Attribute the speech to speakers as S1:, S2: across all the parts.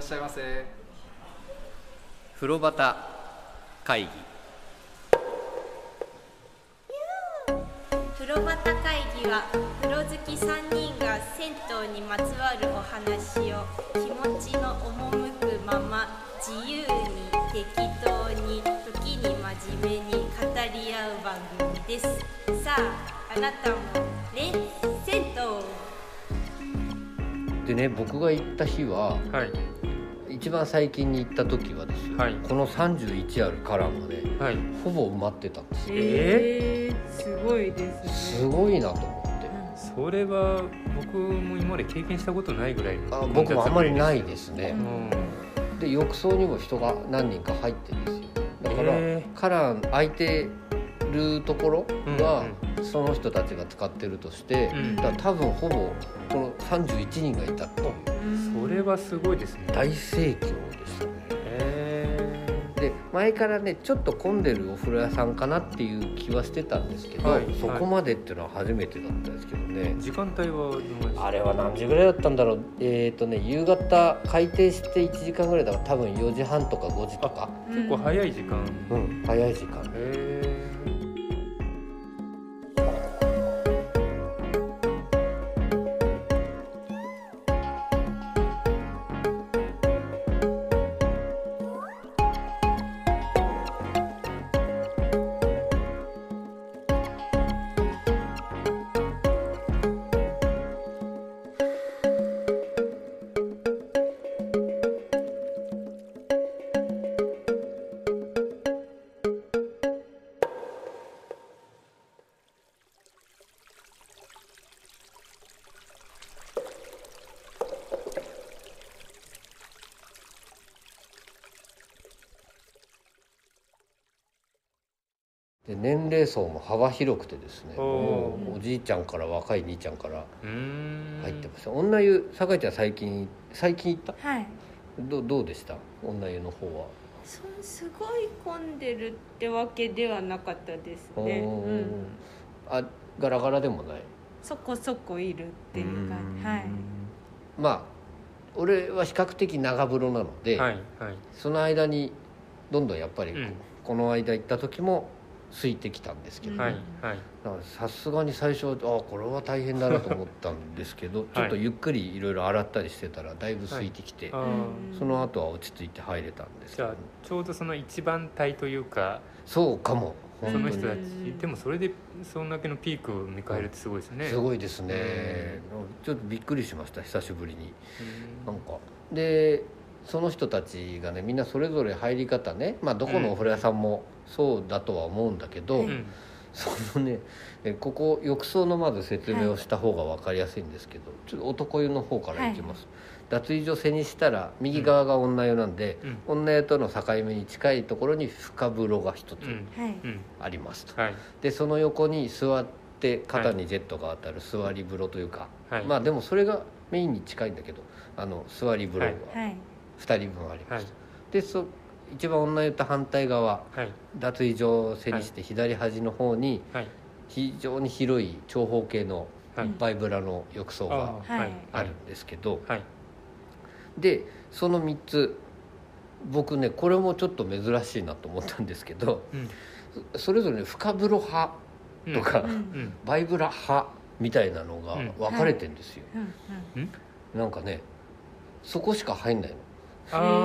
S1: しゃいませ
S2: 風呂端会議
S3: 風呂端会議は風呂好き3人が銭湯にまつわるお話を気持ちの赴くまま自由に適当に時に真面目に語り合う番組ですさああなたもレッ銭
S2: でね僕が行った日は
S4: はい
S2: 一番最近に行った時はですよ、
S4: はい
S2: この31あるカラーまで
S4: はい
S2: ほぼ埋まってたんですよ
S4: え
S5: えーすごいですね
S2: すごいなと思って
S4: それは僕も今まで経験したことないぐらいの
S2: あ僕もあんまりないです
S4: う
S2: ね
S5: うん
S4: ん
S2: で浴槽にも人が何人か入ってるんですよだから、
S4: え
S2: カラン空いてるところは
S4: うん
S2: その人たちが使ってるとして、
S4: うん
S2: だから多分ほぼこの31人がいたっていう
S4: それはすごいですね
S2: 大盛況でしたね
S4: え
S2: で前からねちょっと混んでるお風呂屋さんかなっていう気はしてたんですけど、
S4: はい
S2: そこまでっていうのは初めてだったんですけどね、
S4: ー時間帯はどのぐらいですか
S2: あれは何時ぐらいだったんだろうえっ、とね夕方開店して1時間ぐらいだから多分4時半とか5時とか
S4: 結構早い時間
S2: うん早い時間
S4: えー
S2: で年齢層も幅広くてですね
S4: おー
S2: もうおじいちゃんから若い兄ちゃんから
S4: うーん
S2: 入ってました女湯酒井ちゃん最近最近行った
S5: はい
S2: どどうでした女湯の方は
S5: そすごい混んでるってわけではなかったですね、
S2: おー
S5: うん、
S2: あガラガラでもないっ
S5: そこそこいるっていう感じはい
S2: まあ俺は比較的長風呂なので、
S4: はいはい
S2: その間にどんどんやっぱり、
S4: うん
S2: この間行った時も空いてきたんですけど、
S4: は
S2: だ
S4: い
S5: うん
S4: はい
S2: からさすがに最初ああこれは大変だなと思ったんですけど、ちょっとゆっくりいろいろ洗ったりしてたらだいぶ空いてきて、
S4: あー
S5: うん
S2: その後は落ち着いて入れたんですけ
S4: じゃ
S2: ど
S4: あちょうどその一番帯というか
S2: そうかも
S4: そ
S2: 本当
S4: の
S2: に
S4: 人た
S5: う
S4: ち
S5: ん
S4: でもそれでそんだけのピークを迎えるってすごいですね
S2: すごいですね、ちょっとびっくりしました久しぶりに
S4: うん
S2: なんかでその人たちがねみんなそれぞれ入り方ね、まあ、どこのお風呂屋さんもそうだとは思うんだけど、
S4: うん
S2: そのねえここ浴槽のまず説明をした方が分かりやすいんですけど、ちょっと男湯の方からいきます、脱衣所背にしたら右側が女湯なんで、
S4: うん
S2: 女湯との境目に近いところに深風呂が一つ
S4: うん
S5: はい
S4: うん
S2: ありますと、
S4: はい
S2: でその横に座って肩にジェットが当たる座り風呂というか、
S4: はい
S2: まあでもそれがメインに近いんだけどあの座り風呂が
S5: はい
S2: 2人分ありま
S4: は
S2: す、
S4: い
S2: でそ一番女湯と反対側
S4: はい
S2: 脱衣所を背にして左端の方に
S4: はい
S2: 非常に広い長方形の
S4: はい
S2: バイブラの浴槽が
S4: あー
S5: はい
S2: あるんですけど
S4: はい
S2: でその3つ僕ねこれもちょっと珍しいなと思ったんですけど
S4: うん
S2: そそれぞれね深風呂派
S4: うん
S2: とか、
S4: うん
S2: バイブラ派みたいなのが
S4: うん
S2: 分かれてんですよ、
S5: うんうん
S2: なんかねそこしか入んないの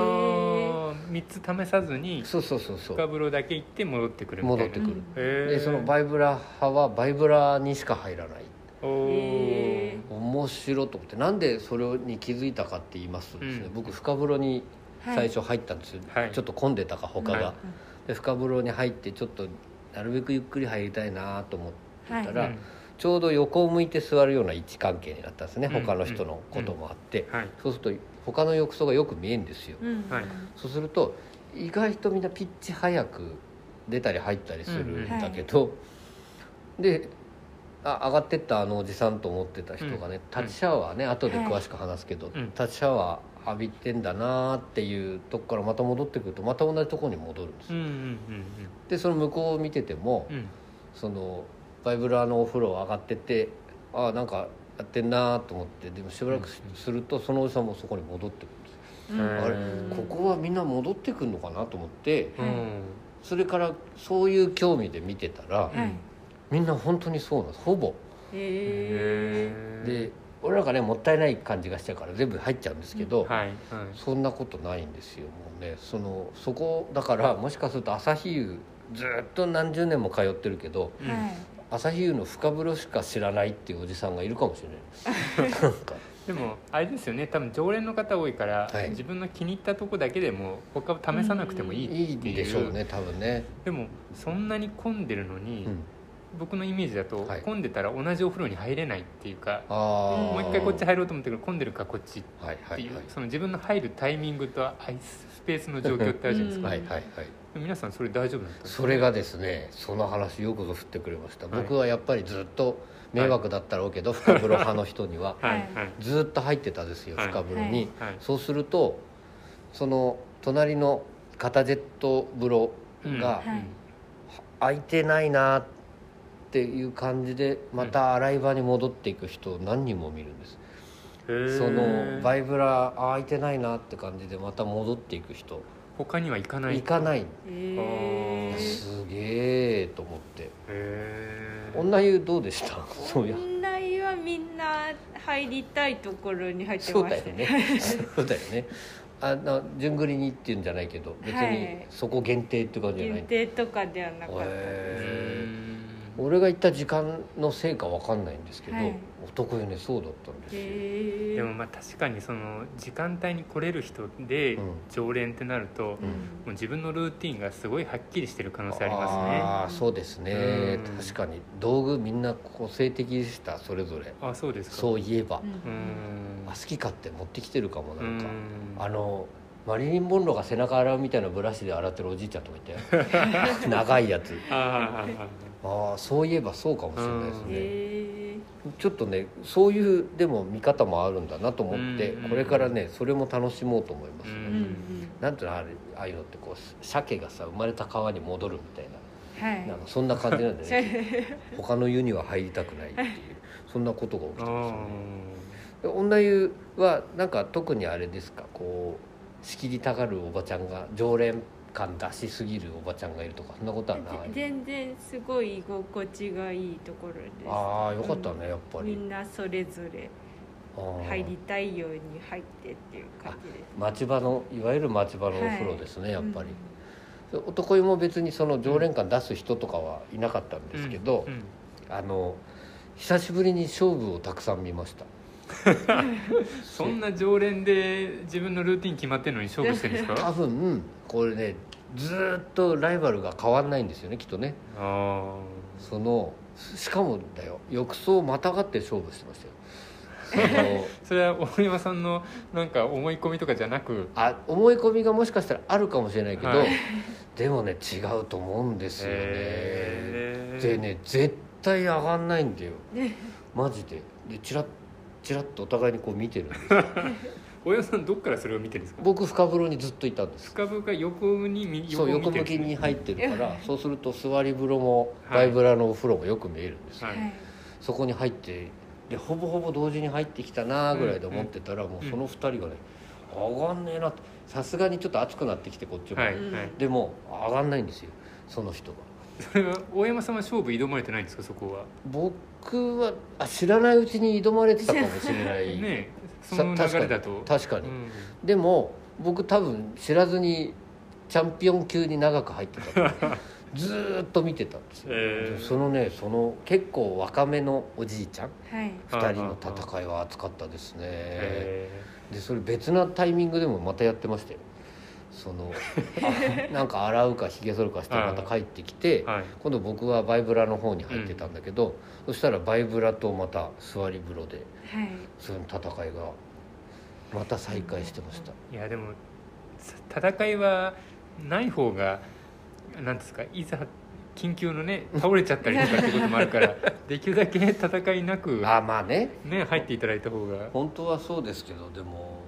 S4: ああ三つ試さずに
S2: そうそうそうそう
S4: 深風呂だけ行って戻ってくるみたいな
S2: 戻ってくる、
S4: へー
S2: でそのバイブラ派はバイブラにしか入らない
S4: おー
S5: へ
S2: 面白いと思ってなんでそれに気づいたかって言いますとですね、
S4: うん
S2: 僕深風呂に
S5: はい
S2: 最初入ったんですよ、
S4: はい
S2: ちょっと混んでたか他が、
S4: は
S2: で深風呂に入ってちょっとなるべくゆっくり入りたいなと思ってたら、
S4: はいうん
S2: ちょうど横を向いて座るような位置関係になったんですね、
S4: うん
S2: 他の人のこともあって、
S4: はい
S2: そうすると他の浴槽がよく見えるんですよ、
S5: うん
S4: はい
S2: そうすると意外とみんなピッチ早く出たり入ったりするんだけど、であ上がってったあのおじさんと思ってた人がね、
S4: うん
S2: 立ちシャワーね後で詳しく話すけど、
S4: うん
S2: 立ちシャワー浴びてんだなーっていうとこからまた戻ってくるとまた同じところに戻るんです
S4: う
S2: よ、
S4: んうん
S2: でその向こうを見てても、
S4: うんうん
S2: そのバイブラーのお風呂上がっててあーなんかやってんなーと思ってでもしばらくす
S4: うん
S2: するとそのおじさんもそこに戻ってくるんです
S5: う
S2: よあれ
S5: うん
S2: ここはみんな戻ってくんのかなと思って
S4: うん
S2: それからそういう興味で見てたら、
S4: うん
S5: はい
S2: みんな本当にそうなんですほぼ、
S5: へえ
S4: へー
S2: で俺なんかねもったいない感じがしたから全部入っちゃうんですけど、
S4: はいはい
S2: そんなことないんですよもうねそのそこだからもしかすると朝日湯ずっと何十年も通ってるけど
S4: うん
S5: はい
S2: 朝日湯の深風呂しか知らないっていうおじさんがいるかもしれない なんか
S4: でもあれですよね多分常連の方多いから、
S2: はい
S4: 自分の気に入ったとこだけでも他を試さなくてもいい
S2: いい
S4: っていう
S2: でしょうね多分ね、
S4: でもそんなに混んでるのに、
S2: うん、
S4: 僕のイメージだと、
S2: はい
S4: 混んでたら同じお風呂に入れないっていうか
S2: ああ
S4: もう一回こっち入ろうと思ったけど混んでるからこっちっ
S2: はいは
S4: てい、
S2: いうはい
S4: その自分の入るタイミングとあいスペースの状況ってあるじゃないですか、
S2: はいはいはい
S4: 皆さんそれ大丈夫だったんですか
S2: それがですねその話よくぞ振ってくれました
S4: はい
S2: 僕はやっぱりずっと迷惑だったろうけど深風呂派の人には
S4: はい
S5: はい
S4: はい
S2: ずっと入ってたですよ
S4: はい
S2: 深風呂
S5: は
S2: に
S5: い
S4: はい
S2: そうするとその隣の肩ジェット風呂が
S5: はい
S2: 空いてないなっていう感じでまた洗い場に戻っていく人を何人も見るんですそのバ
S4: イ
S2: イブラあ空いてないなって感じでまた戻っていく人
S4: 他には行かない
S2: 行かない
S5: へー
S2: すげえと思って
S4: へー
S2: 女湯どうでした そうや
S5: 女湯はみんな入りたいところに入って
S2: そう
S5: ま
S2: だ
S5: し
S2: よ
S5: た
S2: ねそうだよね あの順繰りにっていうんじゃないけど別
S5: は
S2: に
S5: い
S2: そこ限定って感じじゃない
S5: 限定とかではなかった
S4: う
S2: へ
S5: で
S2: ー
S4: ん
S2: 俺が行った時間のせいかわかんないんですけど、
S5: はい
S2: 男湯ねそうだったんです
S5: す
S2: よ、
S5: へえ
S4: でもまあ確かにその時間帯に来れる人で
S2: うん
S4: 常連ってなると、も
S2: うん
S4: う自分のルーティンがすごいはっきりしてる可能性ありますね
S2: ああそうですね
S4: うん
S2: 確かに道具みんな個性的でしたそれぞれ
S4: あそうですか
S2: そういえば、
S5: うん
S4: うーん
S2: あ好き勝手持ってきてるかもな
S4: うん
S2: か、
S4: ん
S2: あのマリリン・モンローが背中洗うみたいなブラシで洗ってるおじいちゃんとかいて 長いやつ
S4: あ
S2: ああそういえばそうかもしれないですね、
S5: へえ
S2: ちょっとねそういうでも見方もあるんだなと思って、
S4: うん
S2: これからねそれも楽しもうと思いますね、
S4: う
S5: うんんうん
S2: なんていうのあれああいうのってこう鮭がさ生まれた川に戻るみたい
S5: は
S2: ななんか
S5: い
S2: そんな感じなん で
S5: そ
S2: ね
S5: れ
S2: 他の湯には入りたくないっていうそんなことが起き
S4: あ
S2: てますよね
S4: あ
S2: で女湯はなんか特にあれですかこう仕切りたがるおばちゃんが常連感出しすぎるおばちゃんがいるとかそんなことはない
S5: 全然すごい居心地がいいところです
S2: ああよかったねやっぱ
S5: み
S2: り
S5: んなそれぞれ
S2: あー
S5: 入りたいように入ってっていう感じです
S2: 町場のいわゆる町場のお風呂ですね、やっぱり、男湯も別にその常連感出す人とかはいなかったんですけど、
S4: うんうん
S2: あの久しぶりに勝負をたくさん見ました
S4: そんな常連で自分のルーティン決まってるのに勝負してるんですか
S2: 多分これねずーっとライバルが変わんないんですよねきっとね
S4: ああ
S2: そのしかもだよ浴槽をまたがって勝負してましたよ
S4: そ れは大山さんのなんか思い込みとかじゃなく
S2: あのあ思い込みがもしかしたらあるかもしれないけど、
S4: はい
S2: でもね違うと思うんですよね
S4: へー
S2: でね絶対上がんないんだよマジででチラッチラッとお互いにこう見てるん です
S4: 大山さんどっからそれを見てるんですか
S2: 僕深風呂にずっといたんです
S4: 深部が横にみ
S2: そう
S4: を見
S2: 横
S4: てるんで
S2: 向
S4: す
S2: き
S4: ね
S2: に入ってるからそうすると座り風呂も
S4: はい
S2: バイブラのお風呂もよく見えるんですよ、
S4: はい
S5: はい
S2: そこに入ってでほぼほぼ同時に入ってきたなぐらいで思ってたら、もうその2人がね上がんねえなってさすがにちょっと暑くなってきてこっちも、
S4: はい、
S5: うん
S4: はい、
S2: でも上がんないんですよその人が
S4: それは大山さんは勝負挑まれてないんですかそこは
S2: 僕はあ知らないうちに挑まれてたかもしれない、
S4: ねえそ
S2: さ
S4: の
S2: 確か
S4: 流
S2: に
S4: れだと
S2: 確かに、
S4: うん
S2: でも僕多分知らずにチャンピオン級に長く入ってたからずーっと見てたんですよ、
S4: えー
S2: そのねその結構若めのおじいちゃん
S5: はい
S2: 2人の戦いは熱かったですね
S4: え
S2: でそれ別なタイミングでもまたやってましたよそ のあなんか洗うかひげ剃るかしてまた帰ってき
S4: ー
S2: て
S4: はい
S2: 今度僕はバイブラの方に入ってたんだけど、そしたらバイブラとまた座り風呂で
S5: はい
S2: その戦いがまた再開してました
S4: いやでも戦いはない方がなんですかいざ緊急のね倒れちゃったりとかってこともあるから できるだけ戦いなく
S2: あまあね
S4: ね入っていただいた方が
S2: 本当はそうですけどでも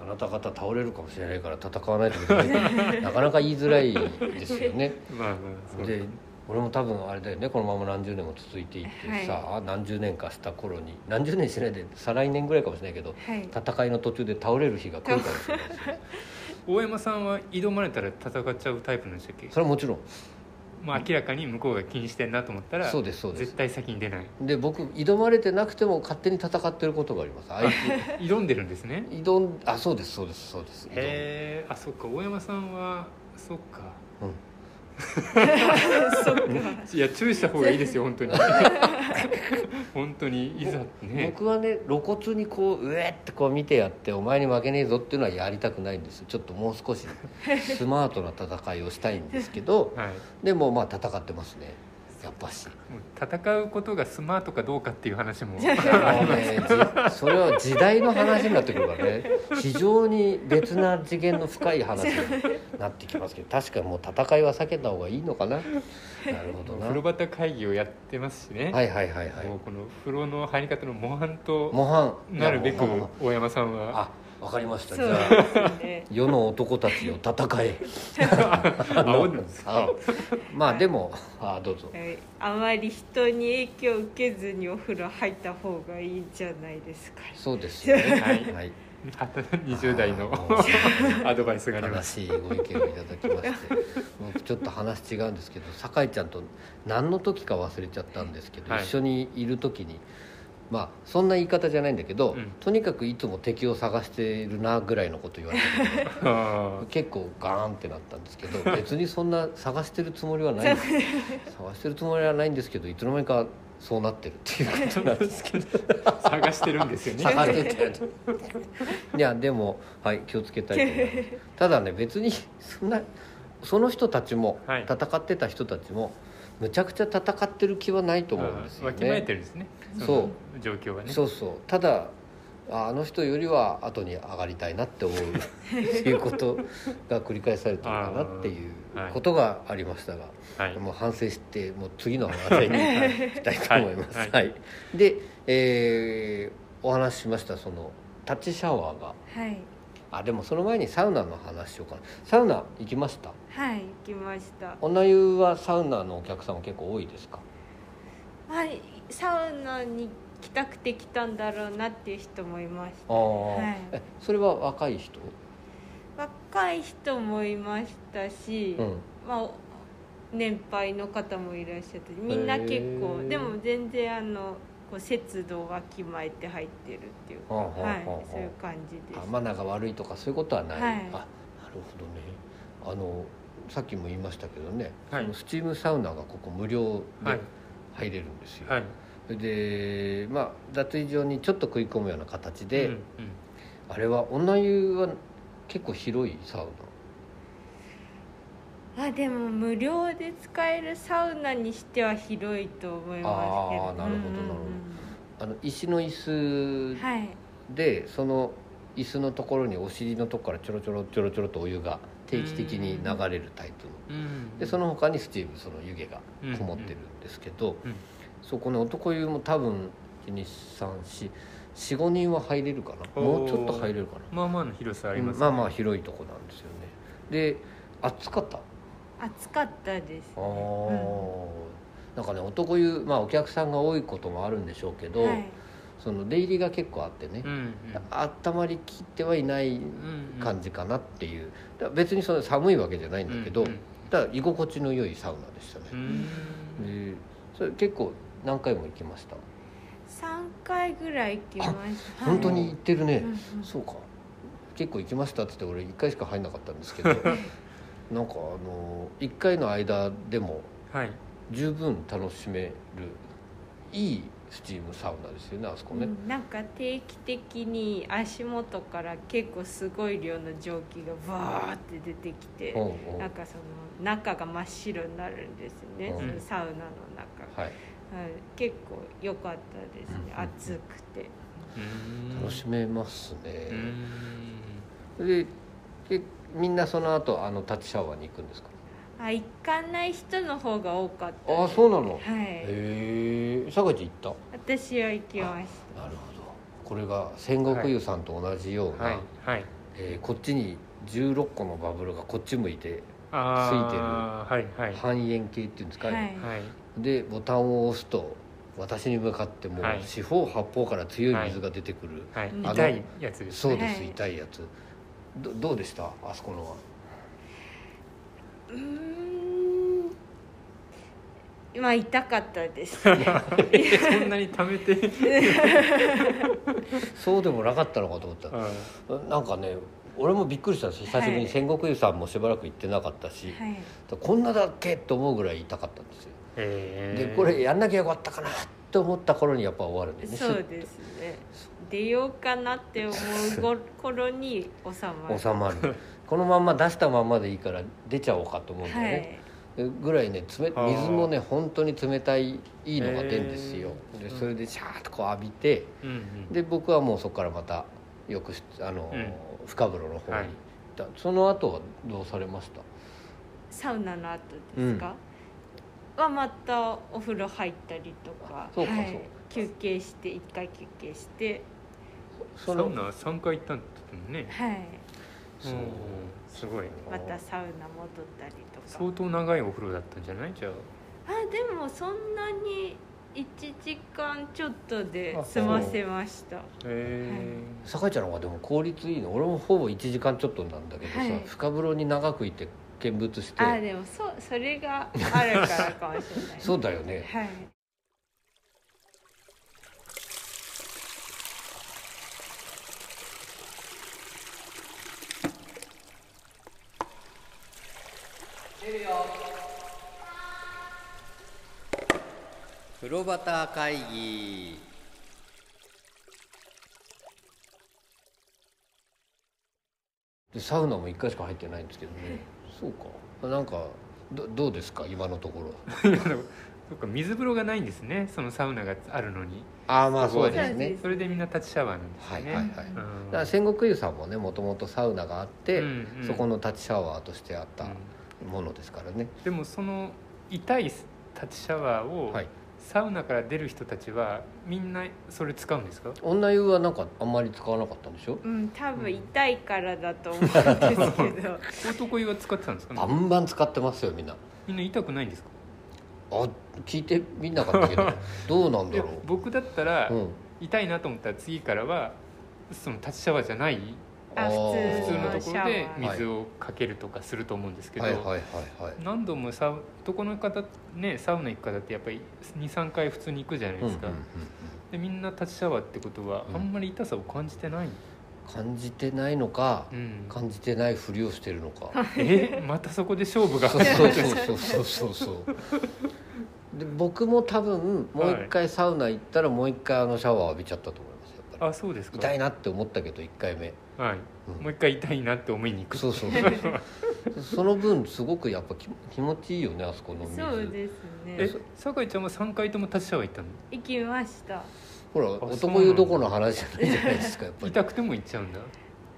S2: あなた方倒れるかもしれ ないから戦わないといけないなかなか言いづらいですよね
S4: まあまあそう
S2: で俺も多分あれだよねこのまま何十年も続いていってさ、何十年かした頃に何十年しないで再来年ぐらいかもしれないけど
S5: はい
S2: 戦いの途中で倒れる日が来るかも しれないし
S4: 大山さんは挑まれたら戦っちゃうタイプなんでしたっけ
S2: それはもちろん
S4: まあ明らかに向こうが気にしてんなと思ったら
S2: そうですそうで
S4: 絶
S2: す
S4: 対先に出ない
S2: で僕挑まれてなくても勝手に戦ってることがありますあいつ
S4: 挑んでるん ですね
S2: 挑んあそうですそうですそうです挑ん
S4: へえあそっか大山さんはそっか
S2: うん
S5: そっか
S4: いや注意した方がいいですよ本当に 本当にいざってね
S2: 僕はね露骨にこううえってこう見てやってお前に負けねえぞっていうのはやりたくないんですよちょっともう少しスマートな戦いをしたいんです けど
S4: はい
S2: でもまあ戦ってますねやっ ぱし
S4: もう戦うことがスマートかどうかっていう話も
S2: あのねじそれは時代の話になってくるか らね非常に別な次元の深い話になってきますけど確かにもう戦いは避けた方がいいのかななる ほどな
S4: 風呂端会議をやってますしね、
S2: はいはいはいはい
S4: もうこの風呂の入り方の模範と
S2: 模範
S4: なるべく
S2: いや模範
S4: 大山さんは
S2: あわかりまし
S5: そ
S2: た
S5: う
S2: じ
S5: で
S2: ゃあ
S5: すよね
S2: 世の男たちを戦 え
S4: 煽るんです
S2: あまあ
S5: はい
S2: でもあどうぞ
S5: はいあまり人に影響を受けずにお風呂入った方がいいんじゃないですか
S2: そうですよね
S4: はい
S2: はい、
S4: 20代の
S2: あ ー
S4: アドバイスがありま
S2: 悲
S4: す
S2: しいご意見をいただきまして僕ちょっと話違うんですけど酒井ちゃんと何の時か忘れちゃったんですけど、
S4: はい
S2: 一緒にいる時にまあそんな言い方じゃないんだけど、
S4: うん
S2: とにかくいつも敵を探しているなぐらいのこと言われ て
S4: あ
S2: 結構ガーンってなったんですけ ど別にそんな探してるつもりはないんです探してるつもりはないんですけどいつの間にかそうなってるっていうこと なんですけど
S4: ー探してるんですよね
S2: 探してるっていやでもはい気をつけたいと思いますただね別にそんなその人たちも、
S4: はい
S2: 戦ってた人たちもむちゃくちゃ戦ってる気はないと思うんです
S4: あーわ
S2: よ
S4: きまえ
S2: ね
S4: てるんですね
S2: そ
S4: の状況はね
S2: そうそうただああの人よりは後に上がりたいなって思 うっていうことが繰り返されてるかなっていうことがありましたが、
S4: はい
S2: もう反省してもう次の話に行きたいと思います。は
S4: はいい
S2: で、えーお話ししましたそのタッチシャワーが
S5: はい
S2: あでもその前にサウナの話しようかなサウナ行きました
S5: はい行きました
S2: 女湯はサウナのお客さんも結構多いですか
S5: はいサウナに来たくて来たんだろうなっていう人もいまし
S2: あ
S5: た
S2: ー、
S5: はい
S2: えそれは若い人、
S5: 若い人もいましたし、
S2: うん、
S5: まあ年配の方もいらっしゃってみんな結
S2: へ
S5: 構
S2: ー
S5: でも全然あのこう節度をわきまえて入ってるっていう
S2: はあはあはあ
S5: はい
S2: はあ
S5: そういう感じです
S2: あマナーが悪いとかそういうことはない、
S5: はい
S2: あなるほどねあのさっきも言いましたけどね、
S4: はい
S2: そのスチームサウナがここ無料
S4: は
S2: で
S4: い
S2: 入れるんですよ、
S4: はい
S2: でまあ脱衣所にちょっと食い込むような形
S4: う
S2: で、
S4: んうん
S2: あれは女湯は結構広いサウ
S5: あでも無料で使えるサウナにしては広いと思いますけど
S2: あーなるほど
S5: うんうんうん
S2: なるナあの石の椅子
S5: はい
S2: で、その椅子のところにお尻のとこからちょろちょろちょろちょろとお湯が定期的に流れるタイプの
S4: うん
S2: でその他にスチームその湯気がこもってるんですけど、
S4: うんうん
S2: そこの男湯も多分123445人は入れるかなもうちょっと入れるかな
S4: まあまあの広さあります、ね
S2: まあまあ広いとこなんですよねで暑かったあ
S5: 暑かったです
S2: あ、なんかね男湯、まあ、お客さんが多いこともあるんでしょうけど、
S5: はい
S2: その出入りが結構あってね
S4: う、ん
S2: あったまりきってはいない
S4: うんうん
S2: 感じかなっていう、だから別にその寒いわけじゃないんだけど、
S4: うんうん
S2: ただ居心地の良いサウナでしたね、
S4: うん
S2: でそれ結構何回も行きました
S5: 三回ぐらい行きました
S2: 本当に行ってる
S5: は
S2: ね
S5: い、うんうん
S2: そうか結構行きましたって言って俺1回しか入んなかったん ですけどなんかあの1回の間でも
S4: はい
S2: 十分楽しめるいいスチームサウナですよねあそこね、
S5: うんなんか定期的に足元から結構すごい量の蒸気がバーって出てきて、
S2: うんうん
S5: なんかその中が真っ白になるんですね、
S2: うん
S5: そのサウナの中が、
S2: はい、
S5: はい、結構良かったですね、
S2: うん
S5: 暑くて
S4: うん
S2: 楽しめますね
S4: う、ん
S2: でけみんなその後あのタッチシャワーに行くんですか
S5: あ行かない人の方が多かった
S2: ああ
S5: です
S2: そうなのへ
S5: はい
S2: え酒井ちゃん行った
S5: 私は行きまし
S2: なるほどこれが戦国湯さんと同じような、
S4: はいはい
S2: えーこっちに16個のバブルがこっち向いて
S4: あーはいはい
S2: 半円形っていうんですかね、
S5: はい
S4: はい
S2: でボタンを押すと私に向かってもう
S4: はい
S2: 四方八方から強い水が出てくる、
S4: はい
S5: うん
S4: 痛いやつです
S2: そうです、
S5: はい
S2: 痛いやつどどうでしたあそこのは
S5: うーんまあ痛かった ですね
S4: そんなに溜めて
S2: そうでもなかったのかと思った
S4: あ
S2: なんかね俺もびっくりしたんです久しぶり
S5: は
S2: に
S5: い
S2: 戦国湯さんもしばらく行ってなかったし、
S5: はい
S2: こんなだっけと思うぐらい痛かったんですよ
S4: えー
S2: でこれやんなきゃよかったかなって思った頃にやっぱ終わるんですね
S5: そうですね出ようかなって思うご頃に収まる
S2: 収まるこのまんま出したまんまでいいから出ちゃおうかと思うんだよ
S5: は
S2: ね、
S5: い
S2: ぐらいねつめ
S4: あー
S2: 水もね本当に冷たいいいのが出るんですよ、
S4: へー
S2: でそれでシャーッとこう浴びて
S4: うんうん
S2: で僕はもうそこからまたよくしあの、
S4: うん
S2: 深風呂の方に行
S4: は
S2: っ
S4: い
S2: た、その後はどうされました
S5: サウナの後ですか、はまたお風呂入ったりとか
S2: そうか
S5: は
S2: そうか
S5: い、休憩して一回休憩して
S4: サ
S2: その
S4: ウナ3回行ったんだったもんね
S5: はい
S2: そう
S4: うんすごい
S5: またサウナ戻ったりとか
S4: 相当長いお風呂だったんじゃないじゃあ
S5: あでもそんなに1時間ちょっとで済ませました
S4: え
S2: 酒井ちゃんの方がでも効率いいの俺もほぼ1時間ちょっとなんだけどさ、
S5: はい
S2: 深風呂に長くいて見物して
S5: あでもそそれがあるからかもしれない
S2: そうだよね
S5: はい
S2: 風呂タ会議でサウナも1回しか入ってないんですけどねそうかなんかどどうですか今のところ
S4: ーそっか水風呂がないんですねそのサウナがあるのに
S2: ああまあ
S4: そ
S2: そうう
S4: で
S2: ですす
S5: ね
S2: ね
S4: それでみんな立ちシャワーなんです
S2: はい
S4: ね
S2: はいはい、
S5: うん
S2: だ
S4: うん
S2: から戦国湯さんもねもともとサウナがあって、
S4: うんうん
S2: そこの立ちシャワーとしてあっ
S4: う
S2: た
S4: ん
S2: ものですからね、
S4: でもその痛い立ちシャワーを、
S2: はい
S4: サウナから出る人たちはみんなそれ使うんですか
S2: 女湯はなんかあんまり使わなかったんでしょ
S5: うん多分痛いからだと思うん ですけど
S4: 男湯は使ってたんですか、
S2: バンバン使ってますよみんな
S4: みんな痛くないんですか
S2: あ聞いてみなかっ たけどどうなんだ
S4: いや
S2: ろ
S4: 僕だったら、
S2: う、うん、
S4: 痛いなと思ったら次からはその立ちシャワーじゃない
S5: あ
S2: あー
S4: 普
S5: 普
S4: 通のところで
S5: シャワー
S4: 水をかけるとかすると思うんですけど、
S2: はいはいはいはい
S4: 何度もサウ男の方ねサウナ行く方ってやっぱり23回普通に行くじゃないですか、
S2: うんうんうん
S4: でみんな立ちシャワーってことは
S2: うん
S4: あんまり痛さを感じてない、
S2: 感じてないのか、
S4: うん
S2: 感じてないふりをしてるのか
S4: え またそこで勝負が
S2: そうそうそうそうそうそうで僕も多分もう一回サウナ行ったらもう一回あのシャワー浴びちゃったと思いますやっぱ
S4: あそうです
S2: り
S4: か
S2: 痛いなって思ったけど1回目、
S4: はい、
S2: うん
S4: もう一回痛いなって思いに行く
S2: そうそうそうそうその分すごくやっぱ気気持ちいいよねあそこの水
S5: そうです
S4: え
S5: ね
S4: 酒井ちゃんは3回とも立ちシャワー行ったの
S5: 行きました
S2: ほら
S4: そうなんだ
S2: 男湯どこの話じゃないじゃないですかやっぱり
S4: 痛くても行っちゃうんだ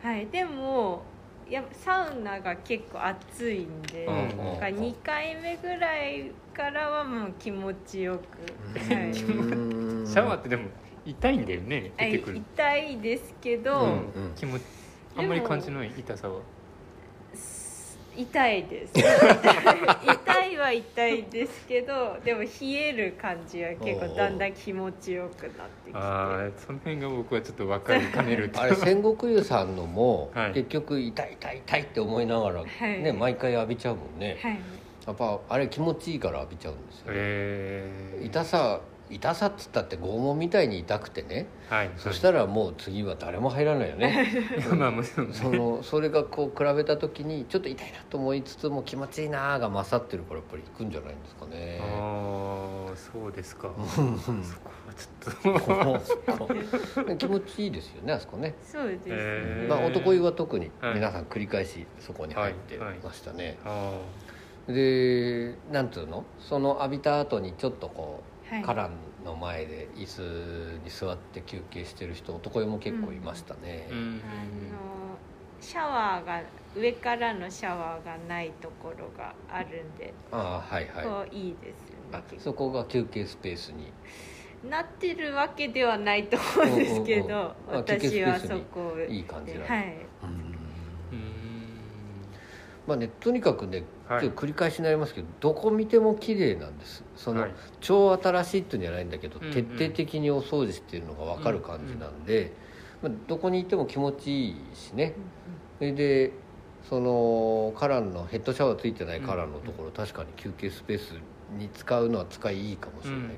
S5: はいでもやっぱサウナが結構暑いんで、
S4: うん
S5: なんか2回目ぐらいからはもう気持ちよく、はい、
S2: シ
S4: シャワーってでも痛いんだよね
S5: あ
S4: 出てくる、
S5: 痛いですけど、
S4: うん
S2: うんうん
S4: 気持ちあんまり感じない痛さは
S5: す痛いです痛いは痛いですけどでも冷える感じは結構だんだん気持ちよくなってきて
S4: ああその辺が僕はちょっと分かりかね ると
S2: あれ戦国湯さんのも、
S4: はい
S2: 結局痛い痛い痛いって思いながら、
S5: はい
S2: ね毎回浴びちゃうもんね、
S5: はい
S2: やっぱあれ気持ちいいから浴びちゃうんですよ、
S4: えー、
S2: 痛さ痛さっつったって拷問みたいに痛くてね
S4: はい
S2: そし
S4: ら
S2: たらもう次は誰も入らないよね
S4: まあもちろんね
S2: そのそれがこう比べた時にちょっと痛いなと思いつつも気持ちいいなーが勝ってるからやっぱり行くんじゃないんですか ね
S4: ああそうですか
S2: うん
S4: そこはち ょっと
S2: 気持ちいいですよねあそこね、
S5: そうですね、
S4: えー
S2: まあ、男湯は特に
S4: はい
S2: 皆さん繰り返しそこに入って
S4: はいはい
S2: ましたね、
S4: あ
S2: でなんつうのその浴びた後にちょっとこ
S5: は
S2: う
S5: い
S2: カランの前で椅子に座って休憩してる人男湯も結構いましたね
S4: ー、うん
S5: あのシャワーが上からのシャワーがないところがあるんで、
S2: ああはいはい
S5: こういいですよね
S2: あ
S5: 結構
S2: そこが休憩スペースに
S5: なってるわけではないと思うんですけど、
S2: うんうんうんあ
S5: 私は
S2: 休憩スペース
S5: そ
S2: に
S5: こ
S2: いい感じなの
S5: はい、
S2: うん
S4: うん
S2: まあねとにかくね
S4: はい
S2: ちょっと繰り返しになりますけど、どこ見ても綺麗なんですその、
S4: はい
S2: 超新しいっていうんじゃないんだけど、
S4: うんうん
S2: 徹底的にお掃除してるのが分かる感じなんで、まあ、どこにいても気持ちいいしねそれでそのカランのヘッドシャワーついてないカランのところ、確かに休憩スペースに使うのは使いいいかもし
S4: う
S2: れ
S4: ん
S2: ない、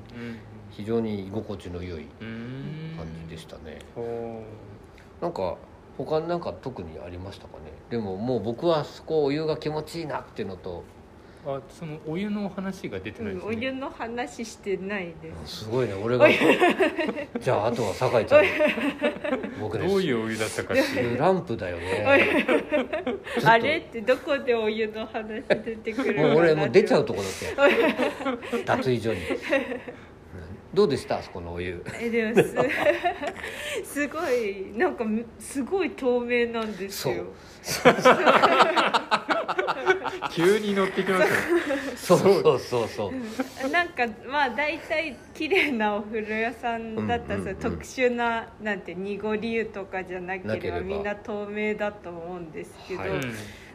S2: 非常に居心地の良い
S4: うんうん
S2: 感じでしたね、
S4: ほ
S2: なんか他になんか特にありましたかねでももう僕はそこお湯が気持ちいいなっていうのと
S4: うあそのお湯の話が出て
S5: う
S4: ない
S5: ん
S4: です
S5: お湯
S4: ね
S5: の話してないです
S2: あすごいね 俺がじゃああとは酒井ちゃん僕
S4: どう
S2: です
S4: いうお湯だったかっていう
S2: スランプだよねちょっと
S5: あれってどこでお湯の話出てくるの
S2: もう俺もう出ちゃう
S5: と
S2: とこだって脱衣所にどうでしたあそこのお湯
S5: えでもす すごいなんかむすごい透明なんですよ
S4: 急に乗ってきましたね
S2: そうそうそうそう
S5: なんかまあ大体綺麗なお風呂屋さんだったら、
S2: うんうんうん
S5: 特殊ななんて濁り湯とかじゃなければ
S2: なければ
S5: みんな透明だと思うんですけど、
S2: はいううん
S4: ん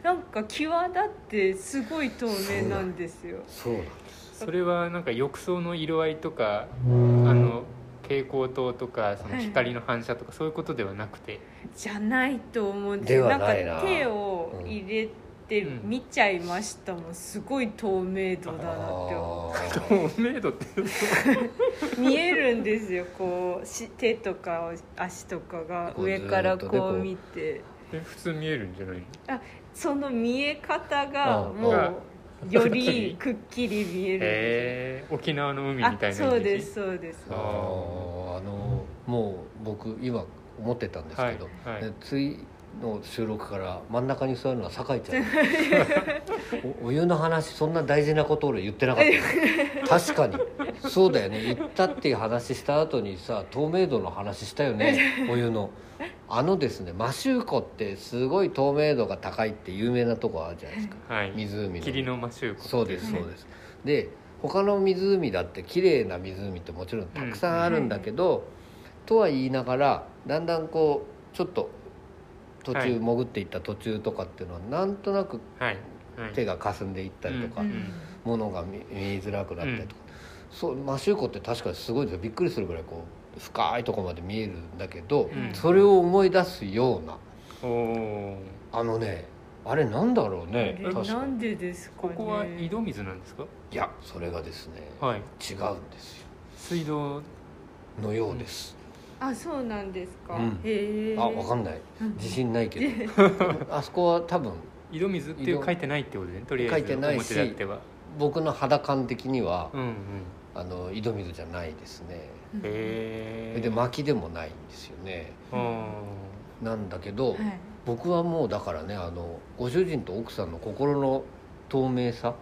S5: なんか際立ってすごい透明なんですよ
S2: そうなん
S4: それはなんか浴槽の色合いとかあの蛍光灯とかその光の反射とかそういうことではなくて
S5: じゃないと思うんですよ
S2: ではないなん
S5: か手を入れて
S4: うん
S5: 見ちゃいましたもん、すごい透明度だなって思う
S2: あ
S4: 透明度って
S5: 見えるんですよこうし手とか足とかが
S2: こう
S5: 上から
S2: ずーっとね
S5: こ
S2: こ
S5: う
S2: う
S5: 見て
S4: え普通見えるんじゃないの
S5: その見え方が
S2: あ
S5: も
S4: あ
S5: うよ りくっきり見え
S4: へえ沖縄の海み
S5: る
S4: たい
S5: ん
S4: なイメー
S5: です
S4: ジ
S5: よあそうですそうです
S2: ーあーあのもう僕今思ってたんですけど、
S4: はいはい
S2: でついの収録から真ん中に座るのは酒井ちゃん おお湯の話そんな大事なこと俺言ってな かった確かにそうだよね行ったっていう話した後にさ透明度の話したよ ねお湯のあのですね摩周湖ってすごい透明度が高いって有名なとこあるじゃないですか
S4: はい
S2: 湖の
S4: 霧の摩周湖
S2: そうです
S5: はい
S2: そ
S5: う
S2: です、で他の湖だって綺麗な湖ってもちろんたくさんあるんだけど、とは言いながらだんだんこうちょっと途
S4: は
S2: 中
S4: い
S2: 潜っていった途中とかっていうのはなんとなく
S4: はいはい
S2: 手が霞んでいったりとか、
S5: う
S4: うんん
S2: 物が見見えづらくなったりとか、そう摩周湖って確かにすごいですよびっくりするぐらいこう深いとこまで見えるんだけど、
S4: うん
S2: それを思い出すような
S4: おおー
S2: あのねあれなんだろう
S5: あ
S2: ね
S5: れ
S2: 確
S5: な
S2: かに
S5: んでですか
S4: こ
S5: ね
S4: こは井戸水なんですか
S2: いやそれがですね
S4: はい
S2: 違うんですよ
S4: 水道
S2: のようです、
S5: あそうなんですか、
S2: うん
S5: へえ
S2: あ、わか
S5: ん
S2: んない
S5: うん。
S2: 自信ないけ ど。あそこは多分
S4: 井戸水っていう書いてないってことでねとりあえず
S2: 書いてないし
S4: 表立っては
S2: 僕の肌感的には
S4: うんうん
S2: あの井戸水じゃないですね。
S4: へえ
S2: で薪でもないんですよね。なんだけど、
S5: はい、
S2: 僕はもうだからねあのご主人と奥さんの心の透明さ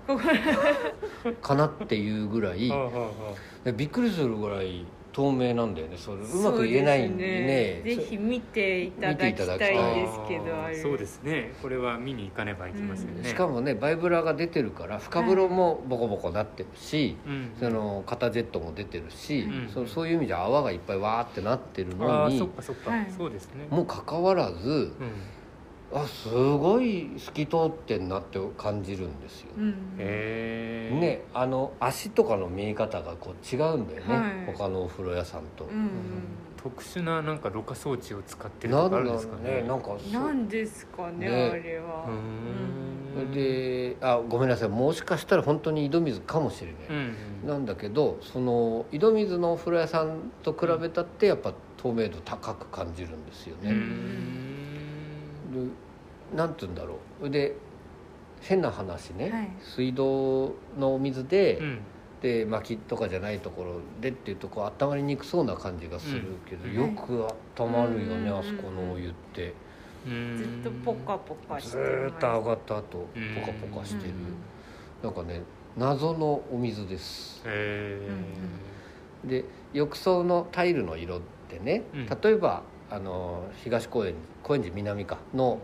S2: かなっていうぐらいでびっくりするぐらい透明なんだよね。それうまく言えないんで
S5: そうですねぜひ見ていただきたいん
S2: 見ていただきたい
S5: ですけどあれ
S4: そうですねこれは見に行かねばいけませんね
S2: しかもねバイブラが出てるから深風呂もボコボコなってるし。
S4: うん
S2: その肩ジェットも出てるし、
S4: うん
S2: そそういう意味じゃ泡がいっぱいわーってなってる
S4: あ
S2: の
S4: あ
S2: に
S4: そっかそっ
S5: は
S4: か
S5: い
S4: そうですね
S2: もかかわらず
S4: うん
S2: あすごい透き通ってんなって感じるんですよ、
S5: うん
S4: へえ
S2: ねあの足とかの見え方がこう違うんだよね、
S5: はい
S2: 他のお風呂屋さんと
S5: う、ん
S4: 特殊ななんかろ過装置を使ってる
S2: な
S4: と
S2: ん
S4: か
S2: だ
S4: あるん
S2: ろ
S4: ですか
S2: うね
S4: ね
S2: なんか
S5: うん、
S2: そ
S5: なんですかね
S2: ね
S5: あれは
S4: うーん
S2: うであごめんなさいもしかしたら本当に井戸水かもしれ
S4: う
S2: ない、
S4: ん
S2: なんだけどその井戸水のお風呂屋さんと比べたってやっぱ透明度高く感じるんですよ
S4: う
S2: ね、
S4: んうーん
S2: でなんて言うんだろうで変な話ね、
S5: はい
S2: 水道のお水で,、
S4: うん
S2: で薪とかじゃないところでっていうとこ温まりにくそうな感じがするけど、
S4: うん
S2: よく温まるよね、
S5: はい
S2: あそこのお湯って、
S4: うーん
S5: ずっとポカポカして
S2: ずーっと上が
S5: っ
S2: った後
S4: うん
S2: ポカポカしてる、
S5: うん
S2: なんかね謎のお水です
S4: へ
S2: で浴槽のタイルの色ってね、
S4: うん
S2: 例えばあの東高円高円寺南かの、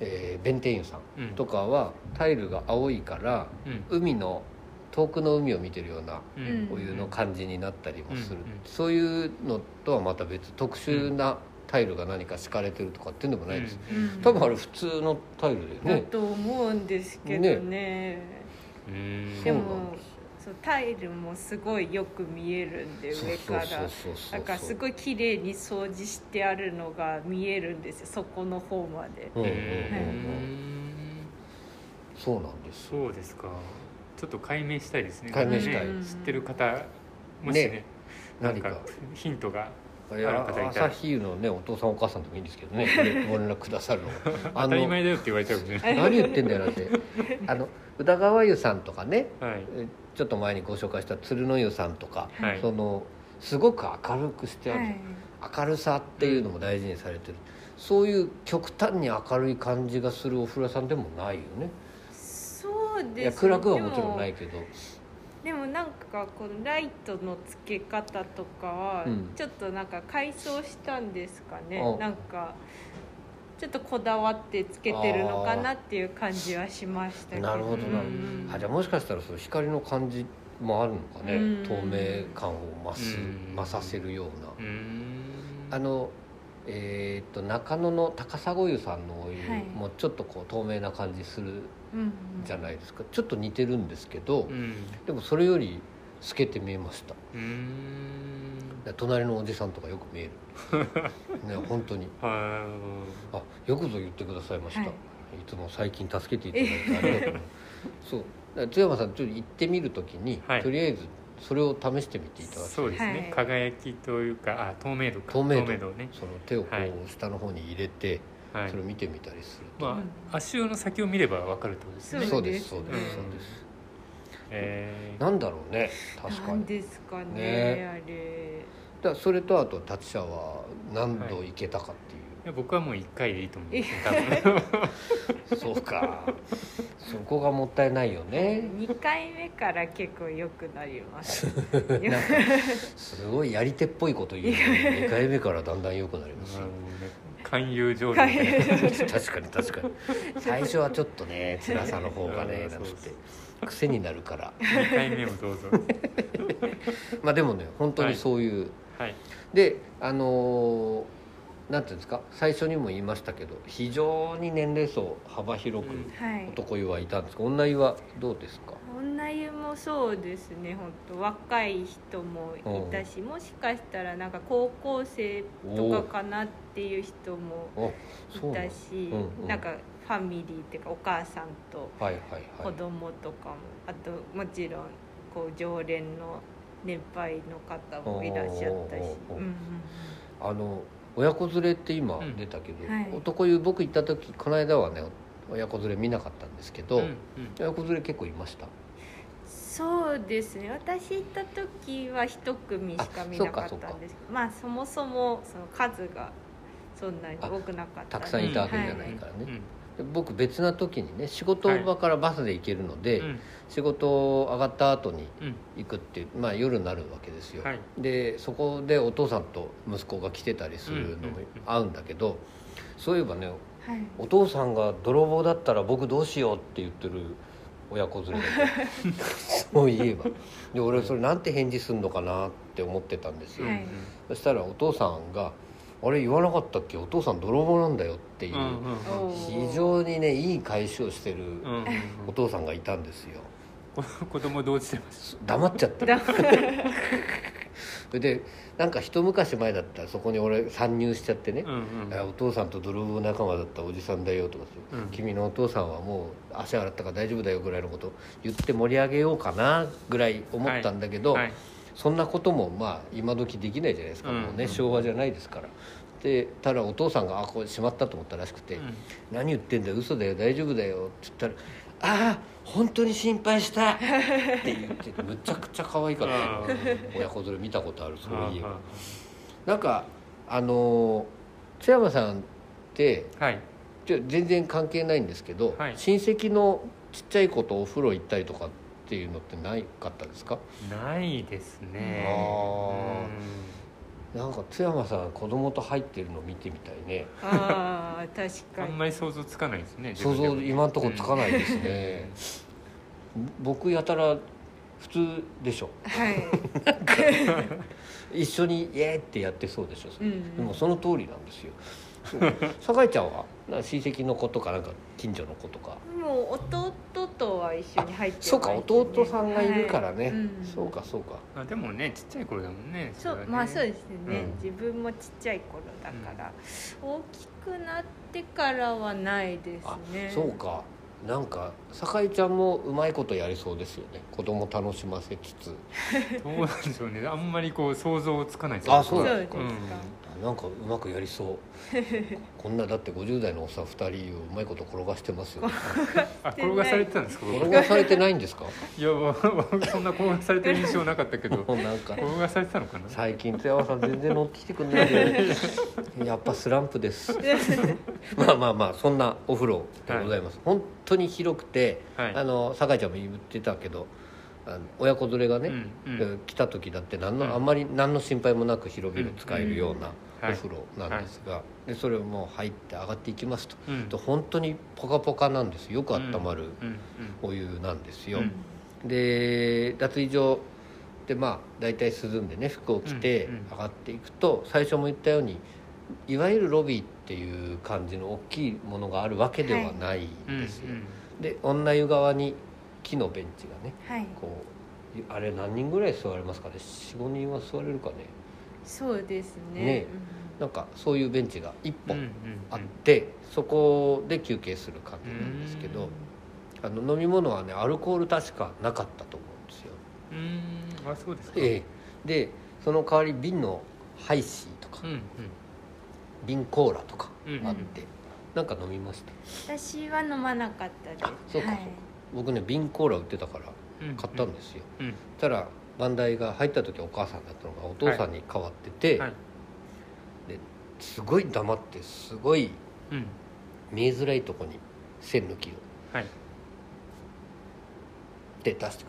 S2: えー弁天湯さん
S4: えうん
S2: とかはタイルが青いから
S4: うん
S2: 海の遠くの海を見てるような
S4: うん
S2: お湯の感じになったりもす
S4: う
S2: る、
S4: んうん
S2: そういうのとはまた別特殊なタイルが何か敷かれてるとかっていうのもないです、
S5: うん
S2: 多分あれ普通のタイルだよ
S5: だ
S2: ね
S5: と思うんですけどね
S4: うん
S5: で
S2: そうなん
S5: も
S2: です
S5: そうタイルもすごいよく見えるんで
S2: そう
S5: 上から
S2: そうそうそう
S5: なんかす
S2: い、
S5: ごい綺麗に掃除してあるのが見えるんですよそこの方まで
S2: うんうんうんうん、
S4: ん
S2: そうなんです
S4: そうですかちょっと解明したいですね
S2: 解明したい
S4: これね知ってる方もしね
S2: ね
S4: な
S2: 何
S4: ん
S2: か
S4: かヒントがあ
S2: い
S4: る
S2: や
S4: 方いたら
S2: 朝日湯のねお父さんお母さんでもいいんですけどねねご連絡くださるのあ
S4: 当たり前
S2: の
S4: だよって言われちゃうもんね
S2: 何言ってんだよだってあの宇田川湯さんとかね
S4: はい
S2: えちょっと前にご紹介した鶴の湯さんとか、
S4: はい
S2: そのすごく明るくしてある、
S5: はい
S2: 明るさっていうのも大事にされてるそういう極端に明るい感じがするお風呂屋さんでもないよね
S5: そうです
S2: いや暗くはもちろんないけど
S5: でもでもなんかこのライトのつけ方とかは
S2: うん
S5: ちょっとなんか改装したんですかね、
S2: あ
S5: なんかちょっとこだわってつけてるのかなっていう感じはしましたけど
S2: なるほどなる
S5: うん
S2: あじゃあもしかしたらその光の感じもあるのかね、
S5: うん
S2: 透明感を増す
S4: うん
S2: 増させるような、
S4: うーん
S2: あのえーっと中野の高砂湯さんのお湯
S5: はい
S2: もちょっとこう透明な感じする
S5: うんうん
S2: じゃないですか、ちょっと似てるんですけど、
S4: うん
S2: でもそれより透けて見えました
S4: うーん
S2: で隣のおじさんとかよく見えるね本当に
S4: あ
S2: あよくぞ言ってくださいました、
S5: はい
S2: い、つも最近助けていただいてありがとうござい ますそうだから津山さんちょっと行ってみるときに、
S4: はい
S2: とりあえずそれを試してみてい
S4: ー
S2: ただきたい
S4: そうですね、
S5: はい
S4: 輝きというかあ透明度か
S2: 透明度
S4: ね、
S2: その手をこ
S4: はいう
S2: 下の方に入れて、
S4: はい
S2: それを見てみたりすると、
S4: まあ足の先を見ればわかるってことですね
S5: そう
S2: そうです
S5: そ
S2: そうう
S5: で
S2: ですす
S5: ね
S2: そうです、
S4: えー
S2: なんだろうね確か
S5: なん
S2: に
S5: ですかね
S2: ね
S5: あれ
S2: だからそれとあと立ちシャワー何度行けたかっていう、
S4: いや僕はもう一回でいいと思うんです よ多分
S2: そうか。そこがもったいないよね。
S5: 2回目から結構良くなります
S2: なんかすごいやり手っぽいこと言うのに。二回目からだんだん良くなりますよ。
S4: 勧誘上手みたいな
S2: 確かに確かに。最初はちょっとね辛さの方がね
S4: うん
S2: なんつっ
S4: そう
S2: て癖になるから。
S4: 2回目もどうぞ
S2: まあでもね本当にそういう、
S4: はい
S2: であのーなんていうんですか最初にも言いましたけど非常に年齢層幅広く
S4: うん
S5: はい
S2: 男湯はいたんですが、女湯はどうですか
S5: 女湯もそうですね本当若い人もいたしもしかしたらなんか高校生とかかなっていう人も
S2: おそう
S5: い
S2: な
S5: た
S2: の
S5: し
S2: うんうん
S5: なんかファミリーっていうかお母さんと
S2: はいはいは
S5: 子供とかも、あともちろんこう常連の年配の方もいらっしゃったし
S2: おーおーおー
S5: うんうん
S2: いあの親子連れって今
S4: うん
S2: 出たけど、
S5: はい
S2: 男湯僕行った時この間はね親子連れ見なかったんですけど、
S4: うんうん
S2: 親子連れ結構いました
S5: そうですね私行った時は一組しか見なかった
S2: あそうかそ
S5: ん
S2: う
S5: ですけどまあそもそもその数がそんなに多くなかった
S2: たくさんいたわけじゃないからね、
S4: うん
S2: で僕別な時にね仕事場からバスで行けるので、
S4: うん
S2: 仕事上がった後に
S4: うん
S2: 行くっていうまあ夜になるわけですよ、
S4: はい
S2: でそこでお父さんと息子が来てたりするのも
S4: うんうんうん
S2: 合うんだけど、そういえばね
S5: はい
S2: お父さんが泥棒だったら僕どうしようって言ってる親子連れだった そういえばで俺それなんて返事すんのかなって思ってたんですよ、
S5: はい
S2: そしたらお父さんが「あれ言わなかったっけお父さん泥棒なんだよ」っていうう、
S4: んうんうん
S5: おー
S2: 非常にねいい返しをしてる
S4: うんうんう
S2: お
S4: ん
S2: 父さんがいたんですよ
S4: こ子供どうしてます
S2: 黙っちゃって
S5: だ
S2: それ でなんか一昔前だったらそこに俺参入しちゃってね、
S4: うんうん
S2: あお父さんと泥棒仲間だったおじさんだよとかって、
S4: うん
S2: 君のお父さんはもう足洗ったから大丈夫だよぐらいのこと言って盛り上げようかなぐらい思ったんだけど、
S4: はい
S2: そんなこともまあ今時できないじゃないですか、
S4: うん
S2: もう
S4: う
S2: ね
S4: ん
S2: 昭和じゃないですから。でただお父さんが「あこれしまった」と思ったらしくて
S4: う
S2: 「
S4: ん
S2: 何言ってんだよ嘘だよ大丈夫だよ」って言ったら「ああ本当に心配した」って言っててむちゃくちゃ可愛かった
S4: あー
S2: 親子連れ見たことあるそういえば
S4: は
S2: なんかあのー津山さんって
S4: あはい
S2: ちょ全然関係ないんですけど、
S4: はい
S2: 親戚のちっちゃい子とお風呂行ったりとかっていうのってないかったですか
S4: ないですね
S2: あーなんか津山さん子供と入ってるの見てみたいね
S5: あー確
S4: うんあ
S5: か
S4: ん
S5: に
S4: まり想像つかないですね
S2: 想像
S4: 自分でも
S2: 今んとこつかないですね、僕やたら普通でしょ
S5: はい、
S2: 一緒に「イエー!」ってやってそうでしょ、
S5: うんうん
S2: でもその通りなんですよ酒井ちゃんはなんか親戚の子とかなんか近所の子とか
S5: もう弟とは一緒に入ってます
S2: そうか弟さんがいるからね、
S5: はいうん
S2: そうかそうか
S4: あでもねちっちゃい頃だもんね
S5: そう
S4: れはね
S5: まあそうですね、
S2: うん
S5: 自分もちっちゃい頃だから、大きくなってからはないです
S2: あ
S5: ね
S2: そうかなんか酒井ちゃんもうまいことやりそうですよね子供楽しませつつ
S4: どうなんでしょうねあんまりこう想像つかない
S2: あそ
S5: そ
S2: うな
S5: うんで
S2: ですす
S5: か
S2: か、あなんかうまくやりそう こんなだって50代のおっさん2人をうまいこと転がしてます よ、ね、
S4: あ転がされてたんですか僕
S2: 転がされてないんですか
S4: いやわわそんな転がされてる印象なかったけど
S2: もう なんか
S4: 転がされてたのかな
S2: 最近津山さん全然乗ってきてくんないん でやっぱスランプですまあまあまあそんなお風呂でございます、本当に広くて、
S4: はい
S2: あの酒井ちゃんも言ってたけどあの親子連れがね、
S4: うんうん
S2: 来た時だって何の、
S4: うん
S2: あんまり何の心配もなく広々使えるような
S4: うん
S2: お風呂なんですが、でそれをもう入って上がっていきますと、
S4: うん
S2: と本当にポカポカなんですよく温まる
S4: うん
S2: お湯なんですよ、
S4: うん
S2: で脱衣所でまあ大体涼んでね服を着て
S4: うんうん
S2: 上がっていくと最初も言ったようにいわゆるロビーっていう感じの大きいものがあるわけではない
S4: うんうん
S2: んですよ、で女湯側に木のベンチがね
S5: はい
S2: こうあれ何人ぐらい座れますかね45人は座れるかね
S5: そうですね
S2: ねなんかそういうベンチが1
S4: うんうん
S2: 本あっ
S4: うん
S2: て、そこで休憩する感じなんですけどあの飲み物はねアルコール確かなかったと思うんですよ
S4: うんうんあそうですか
S2: ええ、でその代わり瓶のハイシーとか、
S4: うんうん
S2: 瓶コーラとか
S4: うん
S2: あって、なんか飲みました
S5: 私は飲まなかったです
S2: あそうか
S5: は
S2: そうか僕ね瓶コーラ売ってたから
S4: うん
S2: 買ったんですよ、
S4: うん
S2: そしたら番台が入った時お母さんだったのがお父さんに変わってて、
S4: はい
S2: ですごい黙ってすごい
S4: うん
S2: 見えづらいとこに線抜きを
S4: はい
S2: で出して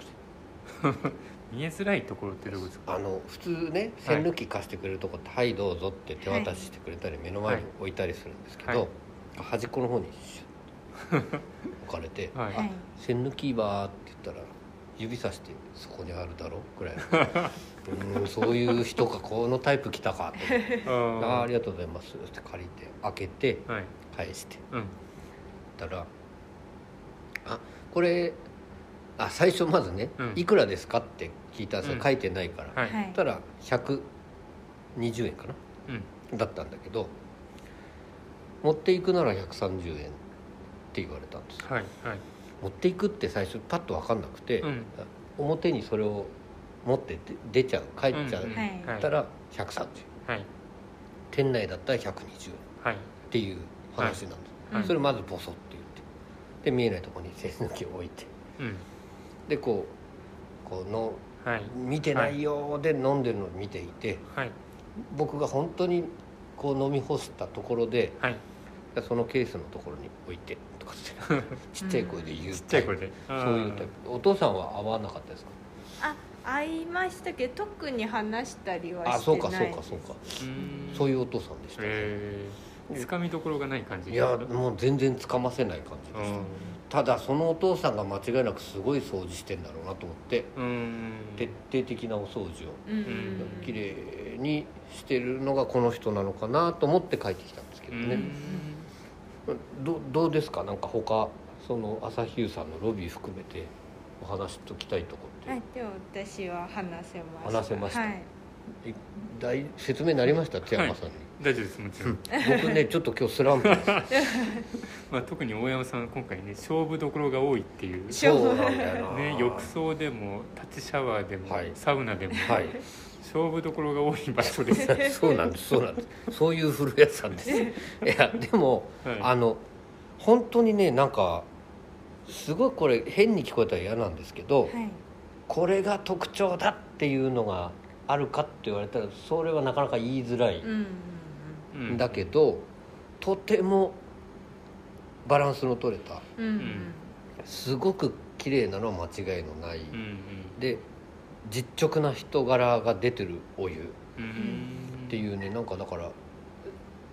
S2: くれ
S4: 見えづらいところってどういうことですか
S2: あの普通ね線抜き貸してくれるとこって「はい、どうぞ」って手渡ししてくれたり目の前に置いたりするんですけど、
S4: はい
S2: 端っこの方にシュッ置かれて
S4: はい
S5: はい
S2: 「線抜きば」って言ったら指さして「そこにあるだろ」ぐらいうーん そういう人かこのタイプ来たかと思って「ああ あ
S4: あ
S2: りがとうございます」って借りて開けて
S4: ーはい
S2: 返して
S4: うん
S2: たら「あこれあ最初まずね、
S4: うん
S2: いくらですか?」って聞いたんですよ、
S4: うん
S2: 書いてないから。
S4: は
S5: はいい
S2: たら120円か
S4: うん
S2: なだったんだけど持っていくなら130円って言われたんですよ
S4: はいはい
S2: 持っていくって最初パッと分かんなくて、
S4: うん
S2: 表にそれを持って出出ちゃう帰っちゃう、
S4: うんうん
S5: はい
S4: はい
S2: たら130円
S4: はい
S2: 店内だったら120円っ
S4: はい
S2: ていう話なんです、
S5: はい
S2: それまずボソって言ってで見えないところに線抜きを置いて
S4: うん
S2: でこうこの
S4: はい
S2: 見てないよーで飲んでるのを見ていて、
S4: はい
S2: 僕が本当にこう飲み干したところで
S4: はい
S2: そのケースのところに置いてとかってちっちゃい声で言う
S4: ちっちゃいこれで
S2: そ
S4: そう
S2: いうタイプお父さんは合わなかったですか
S5: あ会いましたけど特に話したりはしてな
S2: あ
S5: い
S2: そうかそうかそうかそういううお父さんでした、
S4: えつかみどころがない感じ
S2: いやもう全然つかませない感じ
S4: う
S2: でした、
S4: ん
S2: ただそのお父さんが間違いなくすごい掃除してんだろうなと思って
S4: うん
S2: 徹底的なお掃除を
S5: うん
S4: ん
S2: 綺麗にしてるのがこの人なのかなと思って帰ってきたんですけ
S4: う
S2: どね、
S4: ん
S2: どどうですかなんか他その朝日湯さんのロビー含めてお話しときたいところ
S5: は
S2: っ
S5: いでも私は話せました
S2: 話せました
S5: はい
S2: て、大説明になりました津山さんに、
S4: 大丈夫ですもちろん
S2: 僕ねちょっと今日スランプです
S4: まあ特に大山さんは今回ね勝負どころが多いっていう
S2: そうなんだよな、
S4: ね浴槽でも立ちシャワーでも
S2: はい
S4: サウナでも
S2: はい
S4: 勝負どころが多い場所です
S2: そうなんですそうなんですそういう古屋さんですいやでも、
S4: はい
S2: あの本当にねなんかすごいこれ変に聞こえたら嫌なんですけど、
S5: はい
S2: これが特徴だっていうのがあるかって言われたらそれはなかなか言いづらい、
S5: うんうんうん
S4: うん
S2: だけどとてもバランスの取れた
S5: うんうん
S4: うん
S2: すごく綺麗なのは間違いのない、
S4: うん
S2: で実直な人柄が出てるお湯っ
S4: うんうん
S2: ていうねなんかだから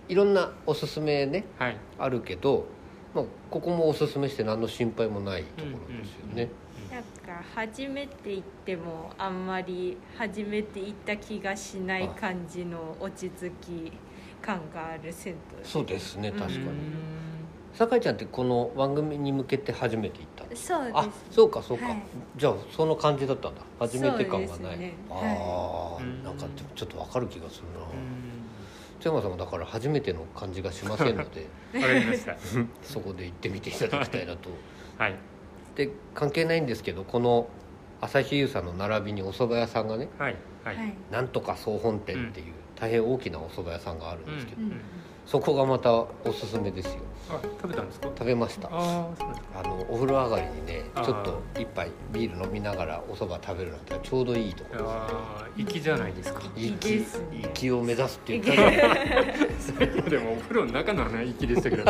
S2: いろんなおすすめね
S4: はい
S2: あるけど、まあ、ここもおすすめして何の心配もないところですよね、
S4: うん
S5: なんか初めて行ってもあんまり初めて行った気がしない感じの落ち着き感がある銭湯です
S2: そうですね確か
S5: う
S2: に
S4: ん
S2: 酒井ちゃんってこの番組に向けて初めて行ったの
S5: そうです
S2: あそうかそうか、
S5: はい
S2: じゃあその感じだったんだ初めて感が
S5: そう
S2: な
S5: で
S2: い、
S5: すね
S2: ああ、
S4: はい
S2: なんかでもちょっとわかる気がするな、
S4: う
S2: 津山さんもだから初めての感じがしませんの で
S4: んわかりました。
S2: そこで行ってみていただきたいなと
S4: はい。
S2: で関係ないんですけどこの朝日湯さんの並びにお蕎麦屋さんがね
S4: はい。はい。
S5: はい、
S2: なんとか総本店っていう大変大きなお蕎麦屋さんがあるんですけど、
S5: うん
S2: そこがまたおすすめですよ
S4: あ、食べたんですか。
S2: 食べました
S4: ああ、そうなんですか。
S2: あのお風呂上がりにねち
S4: あ
S2: ょ
S4: ー
S2: っと一杯ビール飲みながらお蕎麦食べるなんてちょうどいいところ
S4: ああ、粋じゃないですか。
S5: いい
S2: き
S5: ですね
S2: 行きを目指すって言ったら
S4: さっき までもお風呂の中の話粋でしたけ ど、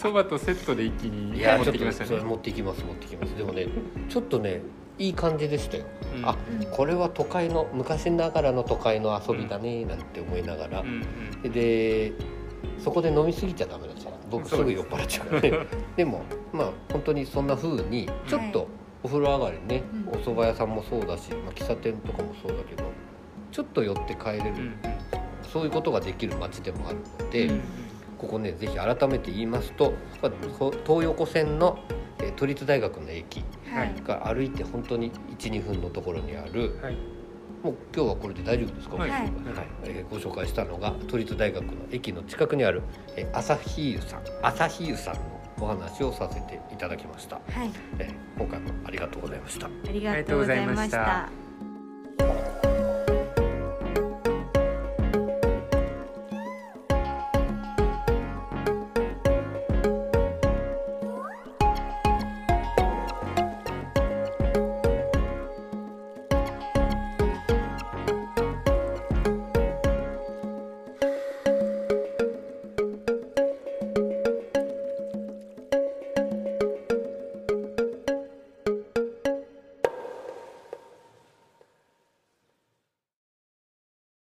S4: そばとセットで一気に
S2: いや
S4: 持っ
S2: ちょって
S4: きま
S2: と
S4: した
S2: それ
S4: ね。
S2: 持ってきます持ってきますでもねちょっとねいい感じでしたよ、
S4: うん
S2: あこれは都会の昔ながらの都会の遊びだねなんて思いながら、
S4: うん
S2: でそこで飲み過ぎちゃダメだから僕す
S4: そう
S2: ぐ
S4: です
S2: 酔っ払っちゃう からねでもまあ本当にそんな風にちょっ
S5: は
S2: と
S5: い
S2: お風呂上がりね、
S5: うん
S2: お蕎麦屋さんもそうだし、まあ、喫茶店とかもそうだけどちょっと寄って帰れ
S4: う
S2: る、
S4: ん。うん
S2: そういうことができる街でもあるので、
S4: うん。うん
S2: ここねぜひ改めて言いますとまあこ東横線の、えー都立大学の駅
S5: は
S4: はいい
S2: が歩いて本当に12分のところにある
S4: はい。
S2: もう今日はこれで大丈夫ですか、
S4: はい
S5: はい
S2: えーご紹介したのが都立大学の駅の近くにある、えー、朝日湯さん朝日湯さんのお話をさせていただきました、
S5: はい
S2: えー今回もありがとうございました
S5: ありがとうございまし
S4: ありがとうございました
S5: た